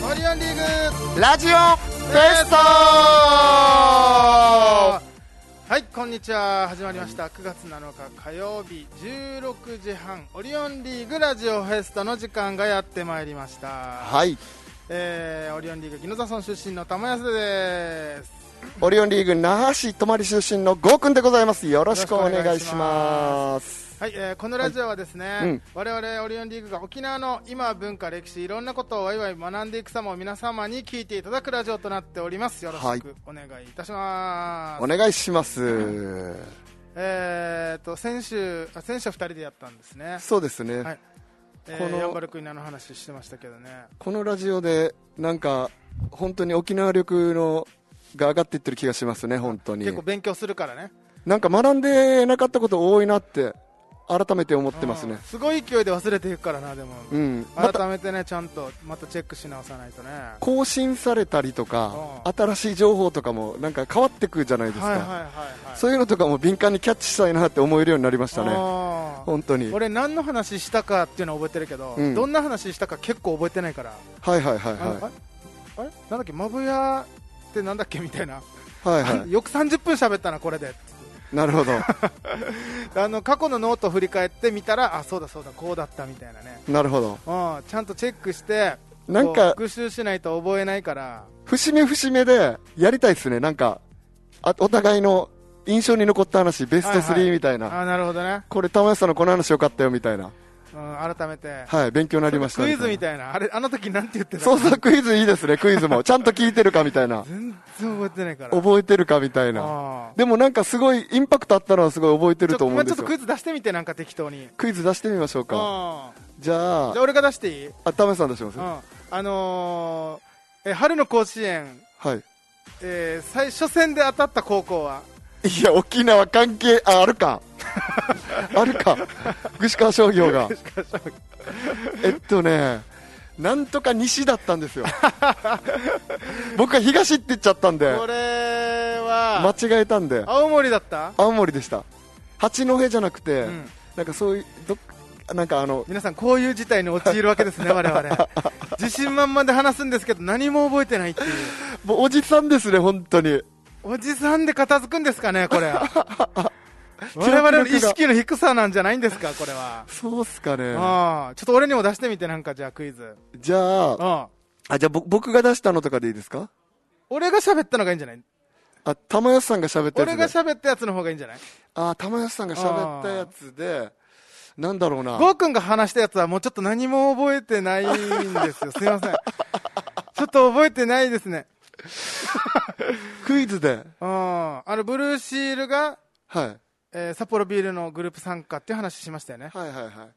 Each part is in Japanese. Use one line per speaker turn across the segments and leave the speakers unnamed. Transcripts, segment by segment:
マリアンリーグ
ラジオベストは
はいこんにちは始まりました9月7日火曜日16時半オリオンリーグラジオフェスタの時間がやってまいりました
い
えーオリオンリーグ木野田村出身の玉安です
オリオンリーグ那覇市泊出身のゴーくんでございますよろしくお願いします
はい、えーこのラジオはですね、
うん
我々オリオンリーグが沖縄の今文化歴史いろんなことをわいわい学んでいく様を皆様に聞いていただくラジオとなっておりますよろしくお願いいたします、
お願いします
えーと先週あ先週2人でやったんですね
そうですね、
はいえ
こ
ー、
の
ヤンバルクイナの話してましたけどね
このラジオでなんか本当に沖縄力のが上がっていってる気がしますね本当に
結構勉強するからね
なんか学んでなかったこと多いなって改めて思ってます
う
ね
んすごい勢いで忘れていくからなでも、
うんまた
改めてねちゃんとまたチェックし直さないとね
更新されたりとか
う
新しい情報とかもなんか変わってくじゃないですか、
はいはいはいはい
そういうのとかも敏感にキャッチしたいなって思えるようになりましたね
あー
本当にはい
俺何の話したかっていうのは覚えてるけど、
うん
どんな話したか結構覚えてないから、
はいはいはい
あのあれあれなんだっけマブヤってなんだっけみたいな、
はいは
よく30分喋ったなこれで
いなるほど
あの過去のノートを振り返ってみたらあそうだそうだこうだったみたいなね
なるほど
うんちゃんとチェックして
なん
こう
か
復習しないと覚えないから
節目節目でやりたいですねなんかあお互いの印象に残った話ベスト
はいは
3
い
みたいな、
あなるほどね、
これ玉安さんのこの話よかったよみたいな
うん、改めて
はい勉強になりました
クイズみ
い
たいなあれあの時なんて言って
な
た
そうそうクイズいいですねクイズもちゃんと聞いてるかみたいな
全然覚えてないから
覚えてるかみたいな
あー
でもなんかすごいインパクトあったのはすごい覚えて
ちょ
る
っ
と
と
思う
ま
ん
あち
で
ょっと
すよ
クイズ出してみてなんか適当に
クイズ出してみましょうか
うん
じゃあ
じゃあ俺が出していい、うん、
あ玉安さん出します
あのーえ春の甲子園、
はい
えー最初戦で当たった高校はい
や、沖縄関係、あ、あ るか。あるか。串川商業が。えっとね、なんとか西だった んですよ。僕は東って言っちゃったんで、
これ
間
は
違えたんで、
青森だった、
青森でした。八戸じゃなくて、
うん、
なんかそういう、どっなんかあの、
皆さんこういう事態に陥るわけです ね我々自信満々で話すんですけど何も覚えてないっていう
もうおじさんですね、本当に。
おじさんで片付くんですかねこれ我
記憶
々
力
の
が
意識の低さなんじゃないんですかこれは、
そうっすかね。
ああちょっと俺にも出してみてなんかじゃあクイズ
じゃあ、
ああ
あ、じゃあぼ僕が出したのとかでいいですか
俺が喋ったのがいいんじゃない
あ、玉安さんが喋ったやつで。
俺が喋ったやつの方がいいんじゃない
あー玉安さんが喋ったやつで、なんだろうな、
ゴーくんが話したやつはもうちょっと何も覚えてないんですよ。すいません。ちょっと覚えてないですね。
クイズで、
うん。あの、ブルーシールが、
はい、
えー札幌ビールのグループ参加っていう話しましたよね。
はいはいは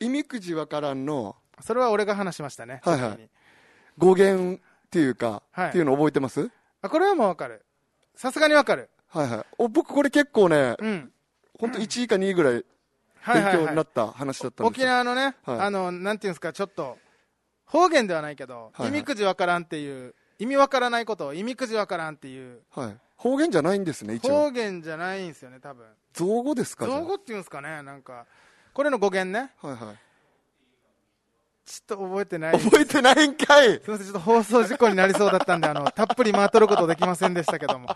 い、いみくじわからんの
それは俺が話しましたね。
はいはい
先に
語源っていうか、
はい
っていうの覚えてます
あ、これはもうわかる。さすがにわかる。
はいはい、お僕、これ結構ね、
うん。
本当、1位か2位ぐらい
はい
勉
はい、
強
は
に
い
な。った話だったんです
沖
よ、
縄のね、
はい
あの、なんていうんですか、ちょっと、方言ではないけど、
はいはい
意味くじわからんっていう、意味わからないことを意味くじわからんっていう、
はい、方言じゃないんですね、一応、
方言じゃないんですよね、多分。
造語ですか、じゃあ
造語っていうんですかね、なんか、これの語源ね、
はいはい、
ちょっと覚えてない、す
覚えてないん かい、
みません、ちょっと放送事故になりそうだったんで、あ のたっぷり回っとることできませんでしたけども、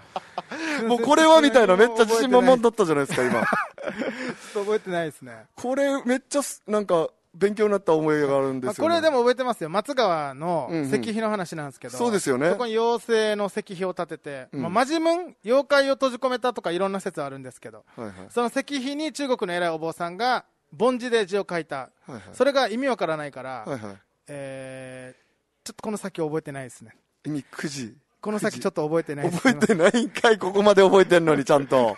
もうこれはみたいな、めっちゃ自信満々だったじゃないですか、今、
ちょっと覚えてないですね、
これ、めっちゃすなんか、勉強になった思いがあるんで
あ
すよ、
こ
ね、
れでも覚えてますよ、松川の
うんうん
石碑の話なんですけど、
そうですよね
そこに妖精の石碑を建てて、
うん
まあ、マジムン、妖怪を閉じ込めたとか、いろんな説あるんですけど、
はいはい
その石碑に中国の偉いお坊さんが、凡字で字を書いた、
はいはい
それが意味わからないから、
はいはい。
えーちょっとこの先覚えてないですね。
意味9時。
この先ちょっと覚えてないです
覚えてないんかい、ここまで覚えてんのに、ちゃ んと。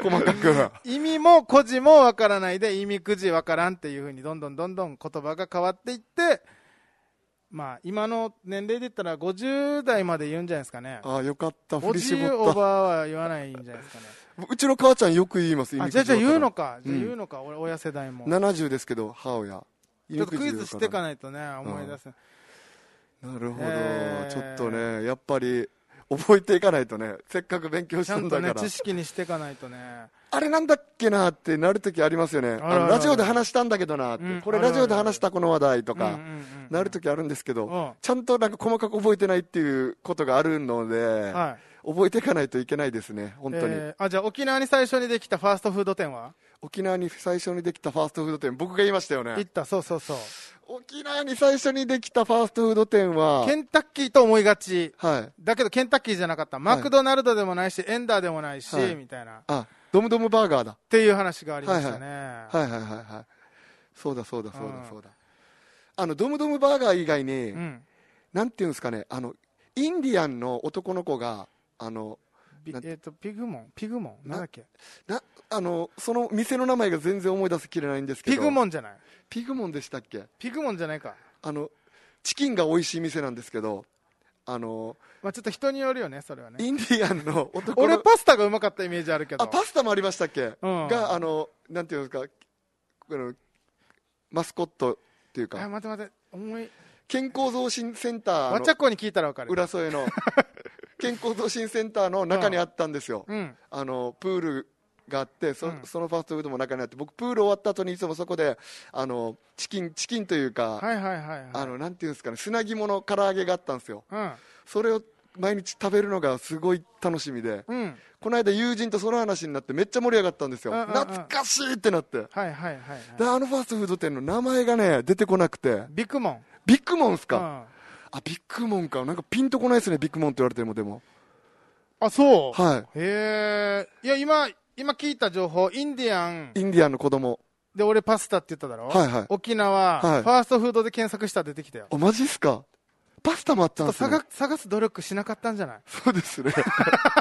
細かく。
意味も個字もわからないで意味くじわからんっていうふうにどんどんどんどん言葉が変わっていってまあ今の年齢で言ったら50代まで言うんじゃないですかね
ああ、よかった。振
お
り
じい
絞
お
っ
ばあは言わないんじゃないですかね
た。うちの母ちゃんよく言います、意
あ
味
じゃあじゃあ言うのか、
うん
じゃあ言うのか俺親世代も
70ですけど、母親。
ちょっとクイズしてか
な。
ないとね思い出せない、
なるほど、
えー
ちょっとね、やっぱり、覚えていかないとね、せっかく勉強し
ちゃ
た
ん
ん
と
だ
ね
から。
知識にしていかないとね
あれなんだっけなってなるときありますよね。
あるある
あのラジオで話したんだけどなって、
うん
これ
あるあ
ラ
る
ジオで話したこの話題とか、
うんうんうん
なるときあるんですけど、
うん
ちゃんとなんか細かく覚えてないっていうことがあるので、
はい
覚えていかないといけないですね、本当に。
えーあじゃあ沖縄に最初にできたファーストフード店は
沖縄に最初にできたファーストフード店、僕が言いましたよ
行っ
ね。
たそうそうそう
沖縄に最初にできたファーストフード店は、
ケンタッキーと思いがち
はい。
だけどケンタッキーじゃなかったマクドナルドでもないし、エンダーでもないし、
はい
みたいなっ
あ、ドムドムバーガーだ。
ていう話がありましたね、
はいはいはいはい。そうだそうだそう
うん
だそうだ。あの、ドムドムバーガー以外に、
うん、
なんていうんですかね、あの、インディアンの男の子が、あの、
ビ
なん
えっ、とピグモンピグモンな
な
んだっけ
な、あの、その店の名前が全然思い出せきれないんですけど。
ピグ
ン。
モンじゃない
ピグモンでしたっけ
ピグモンじゃないか
あの、チキンが美味しい店なんですけど、あの、
まあちょっと人によるよねそれはね
インディアンの男の
俺パスタがうまかったイメージあるけど
あ、パスタもありましたっけ、
うん
が、あの、なんていうんですか、あの、マスコットっていう
あ
か、
待って待って思い
健康増進センター
わ
の
ちゃこに聞いたら分かる
浦 添の健康増進センターの中にあったんですよ、
うん
あのプールがあってそ,、
うん
そのファーストフードも中にあって僕プール終わった後にいつもそこであのチキンチキンというか、
はいはいはいはい
あのなんていうんですかね砂肝の唐揚げがあったんですよ
う
それを毎日食べるのがすごい楽しみで
んうん
この間友人とその話になってめっちゃ盛り上がったんですよ、
うんうんうん
懐かしいってなって、
はいはいはいはい
であのファーストフード店の名前がね出てこなくて
ビッグモン
ビッグモンっす
う
か、
ん
あビッグモンかなんかピンとこないですねビッグモンって言われてもでも
あそう
はい
へえいや今今聞いた情報インディアン
インディアンの子供。
で俺パスタって言っただろ
はいはい
沖縄、
はい
ファーストフードで検索したら出てきたよ
あ、マジっすかパスタもあったんですね
探探す努力しなかったんじゃない
そうですね。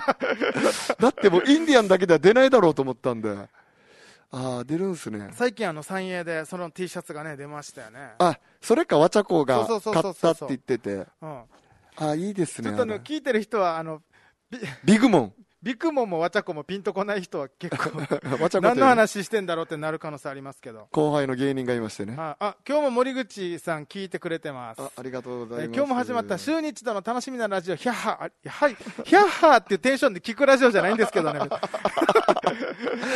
だってもうインディアンだけでは出ないだろうと思ったんで。ああ、出るんすね。
最近あの三栄でその T シャツがね出ましたよね
あ、それかわちゃこが
そうそう
買
そうそう
っ
そ
た
う
って言ってて。
うん
ああ、いいです
ち
ね。
ょっとね
あれ
聞いてる人はあの
ビグモン。
ビッグモンもワチャコもピンとこない人は結構
わ ちゃこっ
何
て
の話してんだろうってなる可能性ありますけど
後輩の芸人がいましてね。
ああ今日も森口さん聞いてくれてます
あありがとうござい
え
ます。
今日も始まった週に一度の楽しみなラジオ、ヒャッハー、あはい、ヒャッハーっていうテンションで聞くラジオじゃないんですけ どね。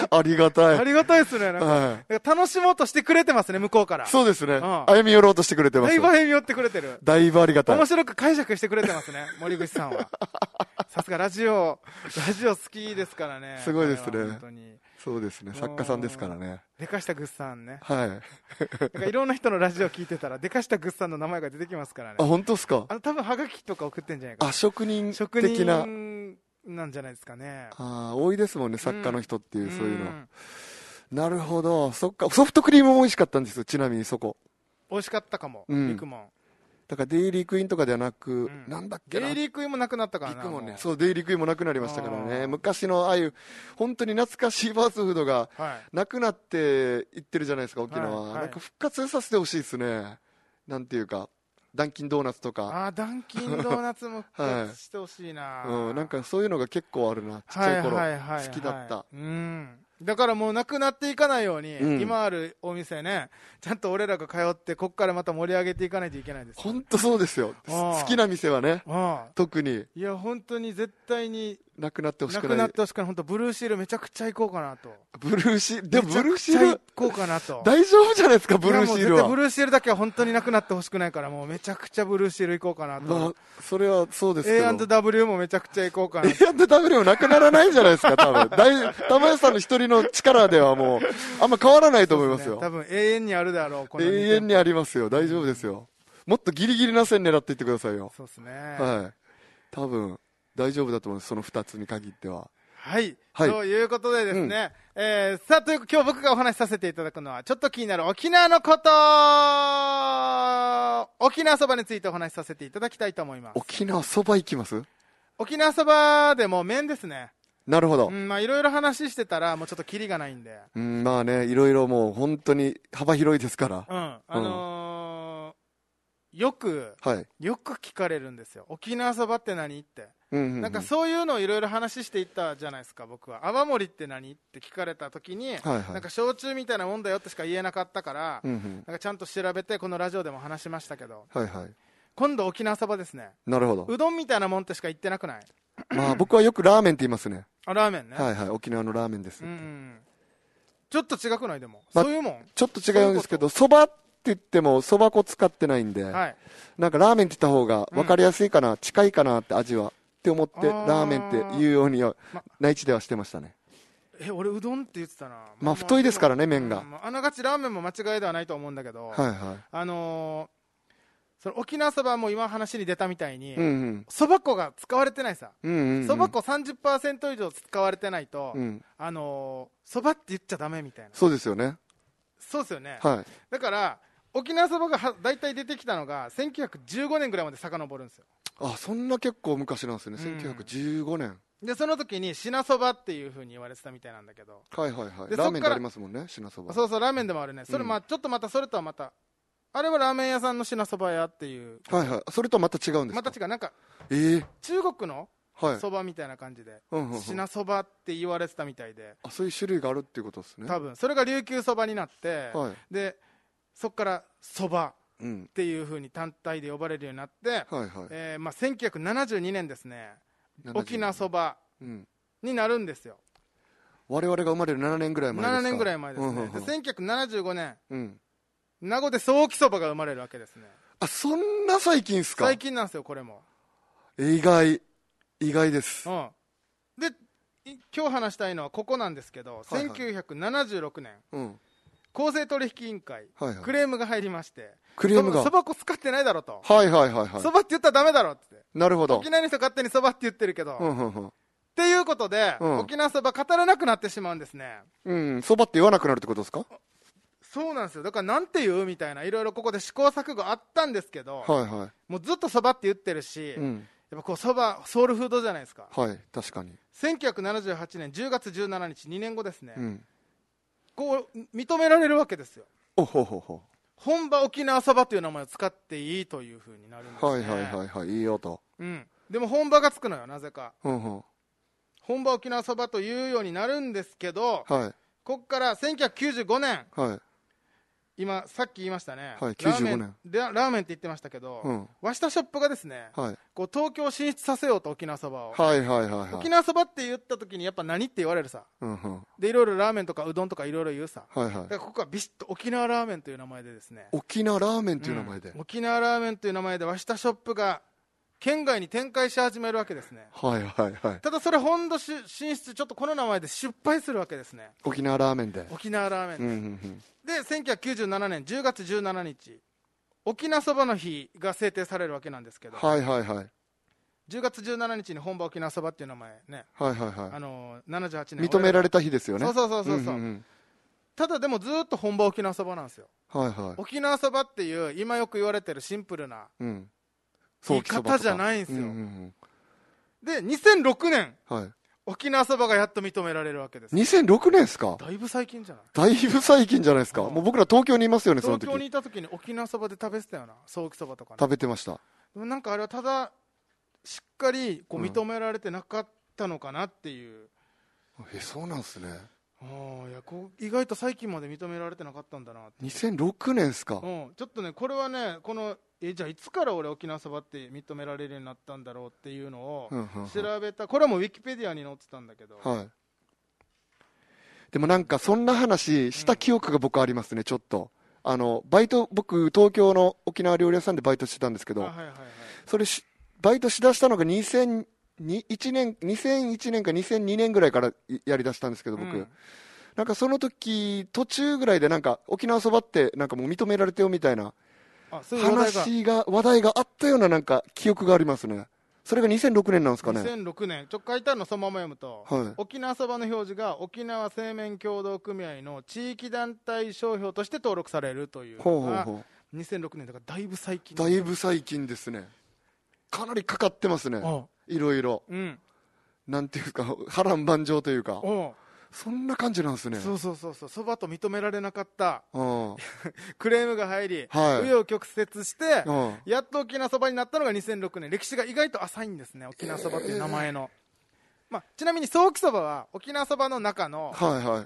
ありがた
あ
い。
りがたいですね。なんか
は
なんか楽しもうとしてくれてますね、向こうから。
そうですね。
ん
歩み寄ろうとしてくれてま
だ
す
い。ぶ歩み寄ってくれてる。
だいぶありがた
面
い。
白く解釈してくれてますね、森口さん は。さすがラジオ、ラジオ好きですからね。
すごいですね
これは本当に。
そうですね。作家さんですからね。
でかしたぐっさんね。
はい。
なんかいろんな人のラジオ聞いてたら、でかしたぐっさんの名前が出てきますから
あ、
ね。
本当っすか
あの、多分ハガキとか送ってんじゃないか
あ、職人
な。職
的な。
人なんじゃないですかね。
ああ、多いですもんね、作家の人っていう、そういうの。
ん
なるほど。そっか。ソフトクリームも美味しかったんですよ、ちなみにそこ。
美味しかったかも、
うん
ビッグモン。
だからデイリークイーンとかではなく、
ん
なんだっけ
ゲ
な。
イリークイもなくなったから
ビ
な。
ッグもね。
う
そう、デイリークイーンもなくなりましたから
あ
ね。
ー
昔のああいう、本当に懐かしいファーストフードが、
はい。
なくなっていってるじゃないですか、沖縄。
はいはい
なんか復活させてほしいですね。なんていうか、ダンキンドーナツとか。
ああ、ダンキンドーナツも復活してほしいな、
うん、なんかそういうのが結構あるな。ちっちゃい頃。好きだった。
うん。だからもうなくなっていかないように、
うん
今あるお店ね、ちゃんと俺らが通って、こっからまた盛り上げていかないといけないです。
本当そうですよ。
あー
好きな店はね、
ああ
特に
いや、本当に絶対に
なくなってほし
な
く
く
な
ないっ。てほしくない。本当ブルーシールめちゃくちゃ行こうかなと。
ブルーシール、でもブルーシ
めちゃ
ー
く
ル
ち、ゃ行こうかなと。
大丈夫じゃないですか、ブルーシ
いやもう
ール
絶対
は
ブ。ルーシールだけは本当になくなってほしくないから、もうめちゃくちゃブルーシール行こうかなと。
まあ、それはそうですけど。
A&W もめちゃくちゃ行こうか な。
A&W もなくならないじゃないですか、多 分。大、玉屋さんの一人の力ではもう、あんま変わらないと思いますよ。
多分永遠にあるだろう、この
永遠にありますよ、大丈夫ですよ。もっとギリギリな線狙っていってくださいよ。
そうですね。はい。
はい。多分、大丈夫だと思います、その二つに限っては。はい
ということでですね、えー、さあ、という今日僕がお話しさせていただくのは、ちょっと気になる沖縄のこと沖縄そばについてお話しさせていただきたいと思います。
沖縄そば行きます
沖縄そばでも麺ですね。
なるほど
う。ん、まあいろいろ話してたら、もうちょっとキリがないんで。
うん、まあね、いろいろもう本当に幅広いですから
う。ん。あのー、よく、
はい。
よく聞かれるんですよ。沖縄そばって何って。
うんうんうん。
なんかそういうのをいろいろ話していったじゃないですか、僕は。泡盛って何って聞かれたときに、
はいはい
なんか焼酎みたいなもんだよってしか言えなかったから、
うんうん。
なんかちゃんと調べて、このラジオでも話しましたけど、
はいはい。
今度沖縄そばですね。
なるほど。
うどんみたいなもんってしか言ってなくない
まあ僕はよくラーメンって言いますね。
あラーメンね、
はいはい、沖縄のラーメンです。
うんうんちょっと違くないでも、
ま
そういうもん
ちょっと違うんですけど、そばって言っても、そば粉使ってないんで、
はい
なんかラーメンって言った方が分かりやすいかな、近いかなって味は。って思って、
あー
ラーメンって言うようには
ま、
内地ではしてましたね。
え俺うどんって言ってたなま
まあ、太いですから
ね
ね、麺が。
あながちラーメンも間違いではないと思うんだけど、
はいは
あのーその沖縄そばも今話に出たみたいに
い。うんうん。
そば粉が使われてないさ
うんうんうん。
そば粉30%以上使われてないと、
うん。
あのーそばって言っちゃダメみたいな
そうですよね。
そうですよね、
はい。
だから沖縄そばがは大体出てきたのが1915年ぐらいまで遡るんですよ
あ、そんな結構昔なんですよね。
うん
1915年。
でその時に品そばっていうふうに言われてたみたいなんだけど
はいはいはい。
で
ラーメン
そっか
で
ら
ありますもんね、品そば。
そうそうラーメンでもあるねそれ
うん
まあちょっとまたそれとはまたあれはラーメン屋さんの品そば屋っていう
はいはい。それとはまた違うんです
ま
か
た違うなんか
ええ
中国の
はい。
そばみたいな感じで
うんうんうん
品そばって言われてたみたいで
あ、そういう種類があるっていうことですね。
多分それが琉球そばになって
はい。
でそこからそば
うん
っ。ていうふうに単体で呼ばれるようになって
はいはい。
えーまあ1972年ですね沖縄そ
ば。
ば
うん。
になるんですよ
我々が生まれる7年ぐらい前ですか
7年ぐらい前ですね、
うんうんうん
で1975年
うん。
名護で早期そばが生まれるわけですね
あ、そんな最近ですか
最近なんですよこれも、
意外。意外です
う。ん、でい今日話したいのはここなんですけど、
はいはい
1976年
うん。
公正取引委員会、
はいはい。
クレームが入りまして
クレーム
そ
が
そ。ば粉使ってないだろと
はいはいはいは
そばって言ったらダメだろって
い。なるほど
沖。縄の人勝手にそばって言ってるけど、
う
っ
んうんうん。
ていうことで、
うん
沖縄そば語らなくなってしまうんですね
うん、そばって言わなくなるってことですか
そうなんですよだからなんて言うみたいないろいろここで試行錯誤あったんですけど、
はいは
もうずっとそばって言ってるし、
い。うん。
やっぱこうそばソウルフードじゃないですか
はい、確かに。
1978年10月17日2年後ですね、
うん。
こう認められるわけですよ
おほほほ。
本場沖縄そばという名前を使っていいというふうになるんですね
はいはいはいはい。いいよと。
うん、でも本場がつくのよなぜか
うんうん。
本場沖縄そばというようになるんですけど
はい。
ここから1995年
はい。
今さっき言いましたね、
はい
ラーメン
95年
でラーメンって言ってましたけど、
うん。
和下ショップがですね
はい。
こう東京進出させようと沖縄そばを、
はいはいはいはい。
沖縄そばって言った時にやっぱ何って言われるさ
うんうん。
でいろいろラーメンとかうどんとかいろいろ言うさ
はいは
だか
い。
らここはビシッと沖縄ラーメンという名前でですね
沖縄ラーメンっていう名前で
うん。沖縄ラーメンという名前で和下ショップが県外に展開し始めるわけですね
はいはいはい。
ただそれ本土し進出ちょっとこの名前で失敗するわけですね
沖縄ラーメンで。
沖縄ラーメン
うんうんうん。
で1997年10月17日沖縄そばの日が制定されるわけなんですけど、
はいはいはい。はい
10月17日に本場沖縄そばっていう名前ね、
はいは
あのー78
い。
年
認めら
れ
れた日ですよね。
そうそうそうそうそう、
んん
ただでもずーっと本場沖縄そばなんですよ
うんはいはい。
沖縄そばっていう今よく言われてるシンプルな
うん。
言い方じゃないんですよ
ううん
で2006年
うんはい。
沖縄そばがやっと認められるわけです
2006年ですか
だいぶ最近じゃない
だいぶ最近じゃないですか。
うん
もう僕ら東京にいますよね、その
東
時
京。にいた時に沖縄そばで食べてたよな早期そばとかね
食べてました。
でもなんかあれはただしっかりこう
うん
認められてなかったのかなっていう、
え、そうなんですね。
ああいやこう意外と最近まで認められてなかったんだなって
2006年ですか
う。ん、ちょっとねこれはねこのえじゃあいつから俺沖縄そばって認められるようになったんだろうっていうのを
うんうんうん
調べたこれはもうウィキペディアに載ってたんだけど、
はい。でもなんかそんな話した記憶が僕ありますね、ちょっと。あの、バイト、僕東京の沖縄料理屋さんでバイトしてたんですけ
あ
ど
は、いはいはい
それし、バイトしだしたのが2001年、2001年か2002年ぐらいからいやりだしたんですけど、僕。
うん
なんかその時、途中ぐらいでなんか沖縄そばってなんかもう認められてよみたいな
あそういう話題が
話が、話題があったようななんか記憶がありますね。それが2006年なんですかね。
2006年ちょっと書いてあるのそのまま読むと、
はい
沖縄そばの表示が沖縄製麺協同組合の地域団体商標として登録されるという
ほ
の
うほう
が
ほう。
2006年だからだいぶ最近
だいぶ最近ですね。かなりかかってますね。
お
いろいろ。
ううん
なんていうか、波乱万丈というか。
お
そんな感じなんです
う
ね。
そうそうそうそうそばと認められなかった
うん。はい。
クレームが入り紆余、曲折して
うん。
やっと沖縄そばになったのが2006年歴史が意外と浅いんですね沖縄そばという名前の、まあ、ちなみにソーキそばは沖縄そばの中の
はいは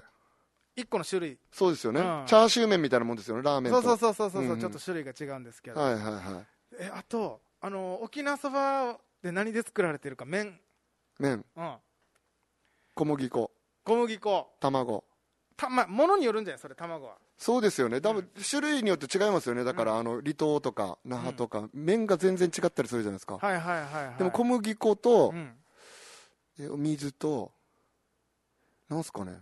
い。
1個の種類
そうですよね、
うん
チャーシュー麺みたいなもんですよね。ラーメン
そ
と。
うそうそうそうそう、
うんうん
ちょっと種類が違うんですけど、
はいはいは
えあとあの沖縄そばで何で作られてるか麺
い。麺。
うん
小麦粉、
小麦粉
卵。
たま物によるんじゃないそれ卵は
そうですよね。多分、種類によって違いますよね。だから、あの、離島とか、那覇とか、麺が全然違ったりするじゃないですか。
はいはいはい、はい、
でも、小麦粉と
う、ん
えお水と、なんすかね。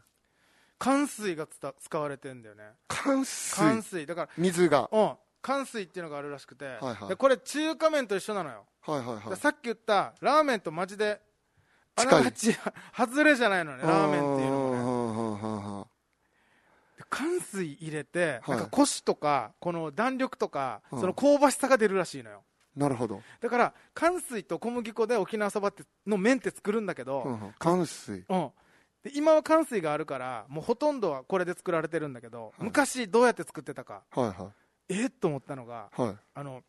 乾水がつた使われてんだよね
乾水。
乾水だか
水が。
らうん乾水っていうのがあるらしくて、
はいはい
でこれ中華麺と一緒なのよ、
はいはいは
で
い。
さっき言ったラーメンとマジであ
近い
ながち外れじゃないのねラーメンっていうのがね
の
で乾水入れて、
はい
なんかコシとかこの弾力とか、
うん
その香ばしさが出るらしいのよ
なるほど。
だから乾水と小麦粉で沖縄そばっての麺って作るんだけど、
うんうん乾水。
うん、で今は乾水があるからもうほとんどはこれで作られてるんだけど、
い
昔どうやって作ってたか
はいは
えっと思ったのが
い。はい。
あの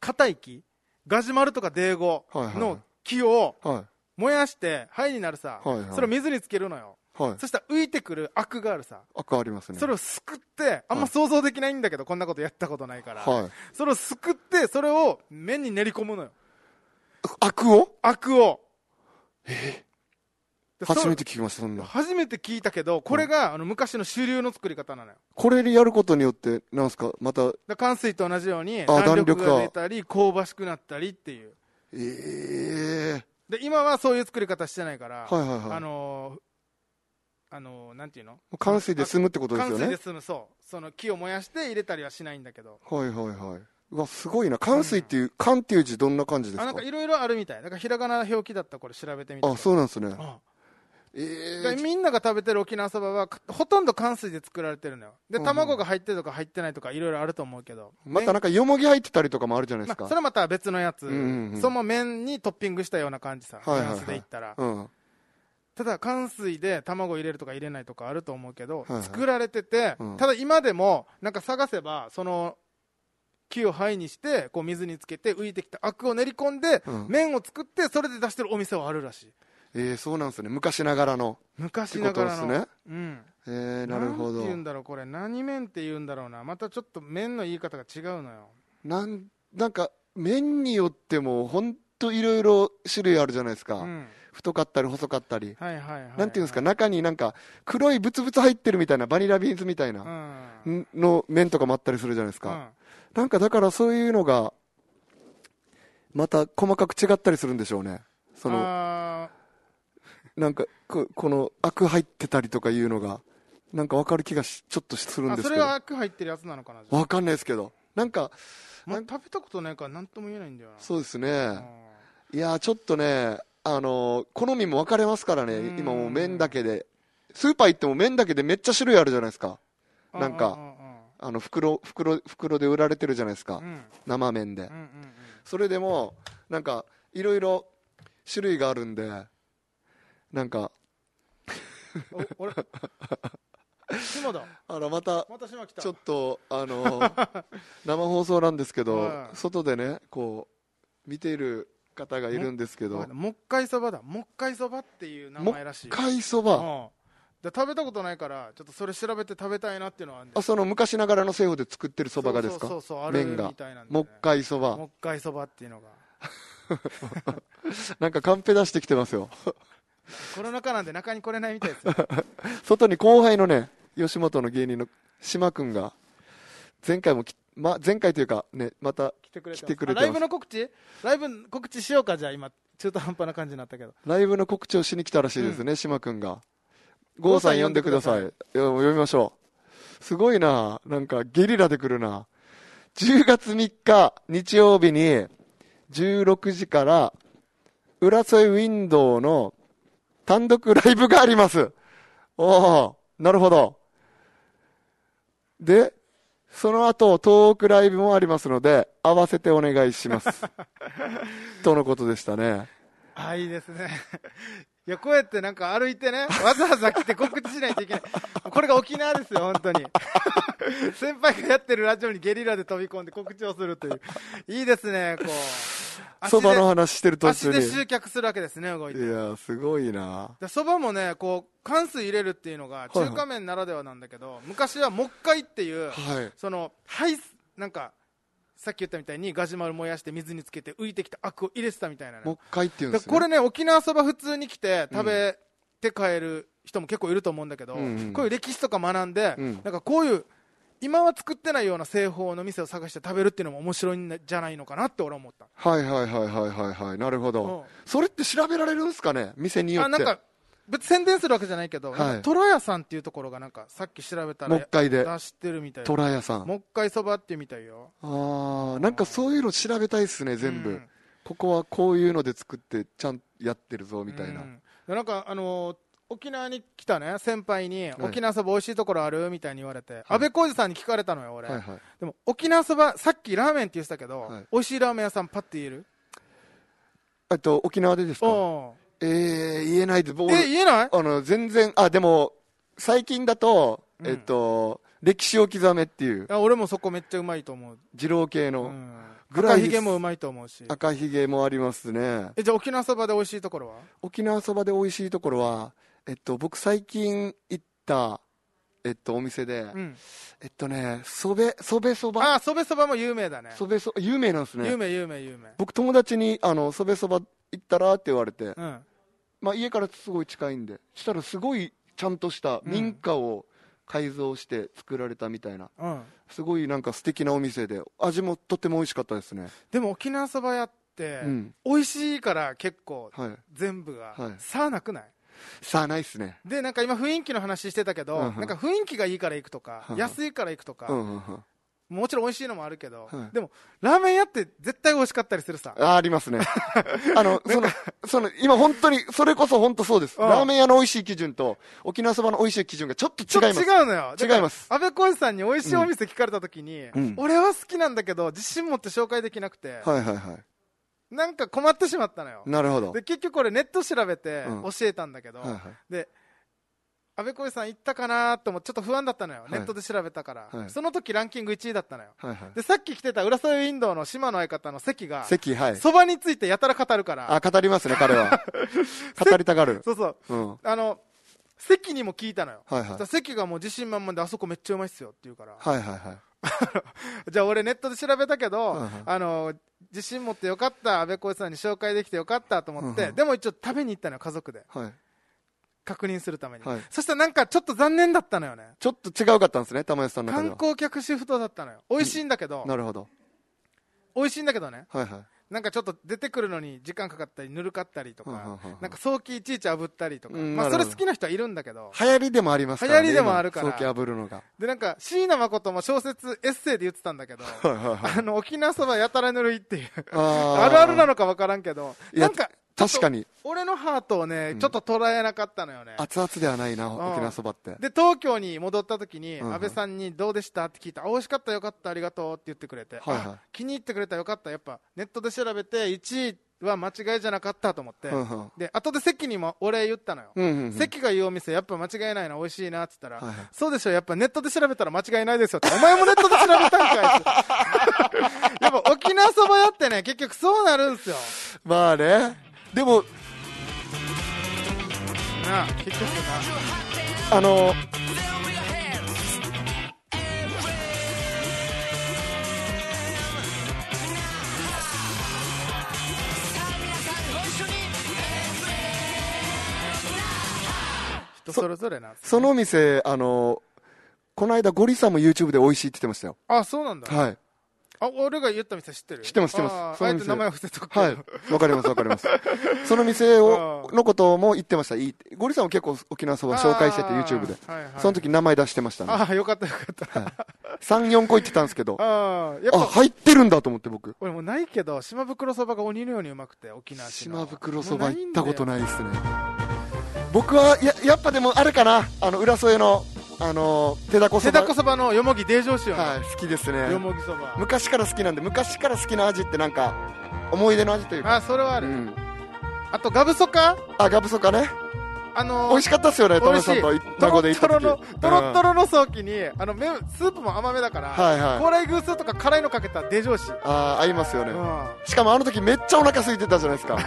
硬い木ガジュマルとかデーゴ
はいはい
の木を
は
燃やして灰になるさ、
はいはい
それを水につけるのよ
い。はい。
そしたら浮いてくるアクがあるさ
赤ありますね。
それをすくってあんま想像できないんだけど、こんなことやったことないから、
はい。
それをすくってそれを麺に練り込むのよ
アクを
アクをえ
初めて聞きました、そんな。
初めて聞いたけど、これが、あの昔の主流の作り方なのよ。
これでやることによって、なんすか、また、
だから乾水と同じように、
あ
弾力
弾力
が
が
出たり、香ばしくなったりっていう。
ええ
で、今はそういう作り方してないから、
はいはいはい
あのーあのーなんていうの
乾水で済むってことです
乾
よ
水
ね
で。済む、そう。その木を燃やして入れたりはしないんだけど。
はいはいはい。うわ、すごいな。乾水っていう、乾っていう字どんな感じです
あ、
か
なんかいろいろあるみたい。だからひらがな表記だったらこれ調べてみて。
あ、そうなんですね。
うん
え
だから
え
みんなが食べてる沖縄そばは、ほとんど乾水で作られてるのよ。で、卵が入ってるとか入ってないとかいろいろあると思うけど。
またなんか、よもぎ入ってたりとかもあるじゃないで
ますあ、
か
そ。れはまた別のやつ、
うんうんうん
その麺にトッピングしたような感じさ、
はいはいはい
ニュアンスで言ったら、
うん。
ただ、乾水で卵入れるとか入れないとかあると思うけど、
いはい
作られてて、
うん
ただ今でも、なんか探せば、その木を灰にして、こう水につけて、浮いてきたアクを練り込んで、
うん
麺を作って、それで出してるお店はあるらしい、
ええそうなんですね。昔ながらの。
昔ながらの。
ってことですね
うん、
ええなるほ
なん
ど
て。言うんだろう、これ、何麺って言うんだろうな、またちょっと麺の言い方が違うのよ。
なん、なんか、麺によっても、ほんといろいろ種類あるじゃないですか。
うん、
太かったり細かったり。
はいはいはい、はい。
なんていうんですか、中になんか、黒いブツブツ入ってるみたいな、バニラビーンズみたいな
う、ん、
んの麺とかもあったりするじゃないです
う
か。
ん
なんかだからそういうのが、また細かく違ったりするんでしょうね。その、
あー
なんか、ここの、アク入ってたりとかいうのが、なんかわかる気がしちょっとするん
あ
です
そ
け
れ
ど。
はアク入ってるやつなのかなじゃあ
わかんないですけど。なんか、
まあ食べたことないから何とも言えないんだよな
そうです
う
ね。
ん
いやー、ちょっとね、あのー好みも分かれますからね
う、ん
今もう麺だけで。スーパー行っても麺だけでめっちゃ種類あるじゃないですか。なんか
う
あの袋、袋、袋で売られてるじゃないですか
う。んうんうん
生麺で
うんう。んうん
それでも、なんか、いろいろ種類があるんで、なんか、
うんお俺島だ
あら、また、
また島来た
ちょっと、あのー生放送なんですけど
は、い
外でね、こう、見ている方がいるんですけ
わか
ど
った、もっかいそばだもっかいそばっていう名前らしいよ
貝そうば、
んで食べたことないからちょっとそれ調べて食べたいなっていうのはあるんで
あ、その昔ながらの製法で作ってるそばがです
そう
か
そうそうある
麺が
みたいなんでね
もっかいそば。
もっかいそばっていうのが
なんかカンペ出してきてますよ。
コロナ禍なんで中に来れないみたいですよ
外に後輩のね、吉本の芸人の島くんが、前回もき、ま、前回というかね、また、
来てくれてます
来てくれてま
あ
す
ライブの告知ライブ告知しようかじゃあ今中途半端な感じになったけど
ライブの告知をしに来たらしいですね、島くんが。郷さん呼んでくださ
郷
い。
さん
いやもう読みましょう。すごいななんかゲリラで来るな10月3日、日曜日に、16時から、浦添ウィンドウの単独ライブがあります。おおなるほど。で、その後、トークライブもありますので、合わせてお願いし ます。とのことでしたね。
ああ、いいですね。 いや、こうやってなんか歩いてね、わざわざ来て告知しないといけない。これが沖縄ですよ、本当に。 先輩がやってるラジオにゲリラで飛び込んで告知をするという。いいですね、こう。
そ
足で
ばの話してる途
足
中
で
に。
集客するわけですね、動い
い
て。
や、すごいな。
そばもね、こう、関数入れるっていうのが
はいはい
中華麺ならではなんだけど、昔はもっかいっていう、
はい。
その、はい、なんか、さっき言ったみたいにガジュマル燃やして水につけて浮いてきたアクを入れてたみたいなね
もう一回っていうん
だか
です
ら
ね。
これね、沖縄そば普通に来て食べて帰る人も結構いると思うんだけど、
うんうん
こういう歴史とか学んで、
うん
なんかこういう今は作ってないような製法の店を探して食べるっていうのも面白いんじゃないのかなって俺は思った、
はいはいはいはいはいはいなるほど、
うん
それって調べられるんですかね店によって
あなんか別に宣伝するわけじゃないけど、
はい
なんかとろやさんっていうところがなんかさっき調べた
も
ら
っかいで
出してるみたい
虎屋さん
もっかいそばっていうみたいよ
あーなんかそういうの調べたいですね全部、
うん
ここはこういうので作ってちゃんとやってるぞみたいな、
うんでなんかあのー沖縄に来たね先輩に、
い
沖縄そば美味しいところあるみたいに言われて、安倍浩二さんに聞かれたのよ俺、
はいはい
でも沖縄そばさっきラーメンって言ってたけど、
はい
美味しいラーメン屋さんパッて言える
えっと沖縄でですか
お
えー、言えないで
う
僕
え言えない
あの全然あでも最近だと、
うん
えっと歴史を刻めっていう
あ俺もそこめっちゃうまいと思う、
二郎系の、
うん、
ぐら
赤
い
ひ
です
げもうまいと思うし
赤ひげもありますね
えじゃあ沖縄そばで美味しいところは
沖縄そばで美味しいところは、えっと、僕最近行った、えっと、お店で、
うん
えっとねそべそべそば
あそべそばも有名だね
そべそ有名なんですね
有名有名有名
僕友達にあのそべそば行ったらって言われて、
うん
まあ、家からすごい近いんでしたらすごいちゃんとした民家を改造して作られたみたいな、
うん
すごいなんか素敵なお店で味もとても美味しかったですね、
でも沖縄そば屋って、
うん
美味しいから結構
はい
全部が、
はい
差なくない
さあないっすね
でなんか今雰囲気の話してたけど、
うんうん
なんか雰囲気がいいから行くとか、
うんうん
安いから行くとか、
うんうんうん
もちろん美味しいのもあるけど、
はい
でもラーメン屋って絶対美味しかったりするさ
あありますね。 あの、その、その、今本当に、それこそ本当そうです。
うん
ラーメン屋の美味しい基準と、沖縄そばの美味しい基準がちょっと
ちょ
違
っと
います。
違うのよだから
違います
安倍浩二さんに美味しいお店聞かれた時に、
うん
俺は好きなんだけど自信持って紹介できなくて、
はいはいはい。
なんか困ってしまったのよ
なるほど。
で結局これネット調べて
うん
教えたんだけど、
はいはい。
で安倍浩二さん行ったかなと思ってちょっと不安だったのよ、
い
ネットで調べたから、
はい
その時ランキング1位だったのよ
はいはい。
でさっき来てた浦添ウィンドウの島の相方の関が
席、はい。
そばについてやたら語るから
あ、語り ますね、彼は。語りたがる。
そうそう
うん。は
あの関にも聞いたのよ、
はいは
そし
い
たら関がもう自信満々であそこめっちゃうまいっすよって言うから、
いはいはい。
じゃあ俺ネットで調べたけど、
はいはい
あの自信持ってよかった安倍浩一さんに紹介できてよかったと思って、
うんうん
でも一応食べに行ったのよ家族で
はい。
確認するために、
はい
そしたらなんかちょっと残念だったのよね
ちょっと違うかったんですね、玉吉さんの中で
観
は。
光客シフトだったのよ美味しいんだけど、
なるほど。
美味しいんだけどね
はいはい。
なんかちょっと出てくるのに時間かかったりぬるかったりとか、
うんうんうんうん
なんか早期いちいち炙ったりとか、
うん
まあ
な
それ
るほど
好きな人はいるんだけど
流行りでもありますから
流
ね。
行りでもあるから
今早期炙るのが。
でなんか椎名誠も小説エッセイで言ってたんだけど
はいはいはい。
あの沖縄そばやたらぬるいっていう
あ ー
あるあるなのか分からんけど
いや
なんか
確かに、
俺のハートをね、
ん
ちょっと捉えなかったのよね
熱々ではないな、
ん
沖縄そばって。
で東京に戻った時に、
うんうん
安倍さんにどうでしたって聞いたあ美味しかったよかったありがとうって言ってくれて、
はいはい
あ気に入ってくれたよかったやっぱネットで調べて1位は間違いじゃなかったと思って、
うんうん
で後で関にもお礼言ったのよ、
うんうんうん。
関が言うお店やっぱ間違いないな美味しいなって言ったら、
はいはい
そうでしょやっぱネットで調べたら間違いないですよってお前もネットで調べたんかいって やっぱ沖縄そば屋ってね結局そうなるんですよ
まあね。でも、
なあ結局な
あの、
人それぞれなんです
そのお店、あの、この間ゴリさんも YouTube で美味しいって言ってましたよ。
あそうなんだ、
はい。
あ俺が言った店知ってる
知ってます知ってます
あー
その
あえ
店
て名前は伏せとくけど、
はい。わかりますわかります。その店を
あ、ー
のことも言ってました。いいってゴリさんも結構沖縄そば紹介してて
あー
YouTube で。
はいはい
その時名前出してましたね。
ああよかったよかった、
3、4個言ってたんですけど。
ああやっ
あ、
ぱ
入ってるんだと思って僕。
俺もうないけど島袋そばが鬼のようにうまくて沖縄市の
島袋そば行ったこと
も
ないですね。僕は、や、やっぱでもあれかな。あの、浦添の、あの、手だ
う
こ
な
そ
いんだ
ば。
よ手だこそばのよもぎデージョーシオン
はい、好きですね。
よもぎそば
昔から好きなんで昔から好きな味ってなんか思い出の味というか
あそれはあ
う
る、
ん
あとガブソカ
あガブソカね
あのー
美味しかったっすよねト
美
ム
味し
さんと
い
名
トロ
護で
ッ
行っ
ト
た
ロ
時
のトロット
ロ
ロのソーキにあの麺スープも甘めだから、
はいはい
高麗牛スープとか辛いのかけたデージョーシ
あー合いますよね
うん
しかもあの時めっちゃお腹空いてたじゃないですか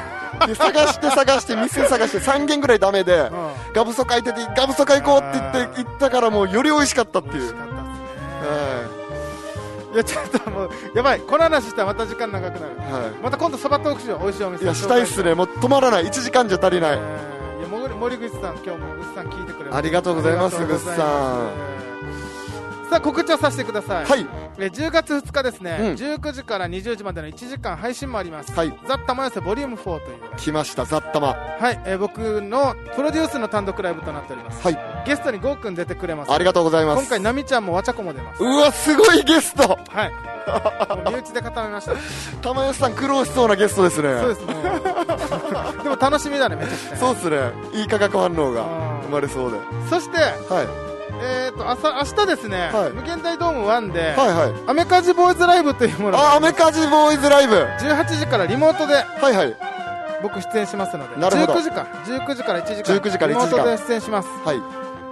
で探して探して店探して3軒ぐらいダメで
ん
ガブソカ行っててガブソカ行こうって言
あ
って
ー
行ったからもうより美味しかったって
美
い
味し
う
かったっすね
はい
やちょっともうやばいこの話したらまた時間長くなる
い、は
また今度そばトークしよう美味しいお
い、
店
いやしたいっすねもう止まらない1時間じゃ足り
え
ない
ーいやもぐ森口さん、今日もぐっさん聞いてくれました
ありがとうございます
ありがとうございますさあ、告知をさせてください。
はい
えー10月2日ですね、
うん
19時から20時までの1時間配信もあります。
はい
ザ・玉寄せボリューム4という、
来ましたざったま
はい、えー僕のプロデュースの単独ライブとなっております。
はい
ゲストにゴーくん出てくれます。
ありがとうございます
今回、ナミちゃんもわちゃこも出ます。
うわすごいゲスト
はい。もう身内で固めました。
玉吉さん苦労しそうなゲストですね
そうです、 もう。でも楽しみだね、めちゃくちゃね。
そうっすねいい化学反応
あ
が
ー
生まれそうで、は
そして、
い、
えっ、と、朝、明日ですね、
はい
無限大ドーム1で、
はいはい
アメカジボーイズライブというもの
あ
が
アメカジボーイズライブは
18時からリモートで
いはい
僕出演しますので
なるほど
19時か19時から1時間
19時から
リ
1時間
モートで出演します
はい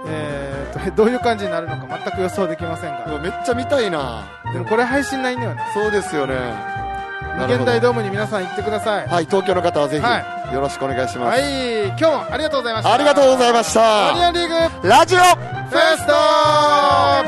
えー、と どういう感じになるのか全く予想できません
う
が
わめっちゃ見たいな
でもこれ配信ないんだよね
そうですよね
無
なる
限
ほど
大ドームに皆さん行ってください
はい東京の方はぜ
は
ひよろしくお願いします、
はい今日もありがとうございました
ありがとうございまし
マリ
た
アンリーグ
ラジオ
フェスト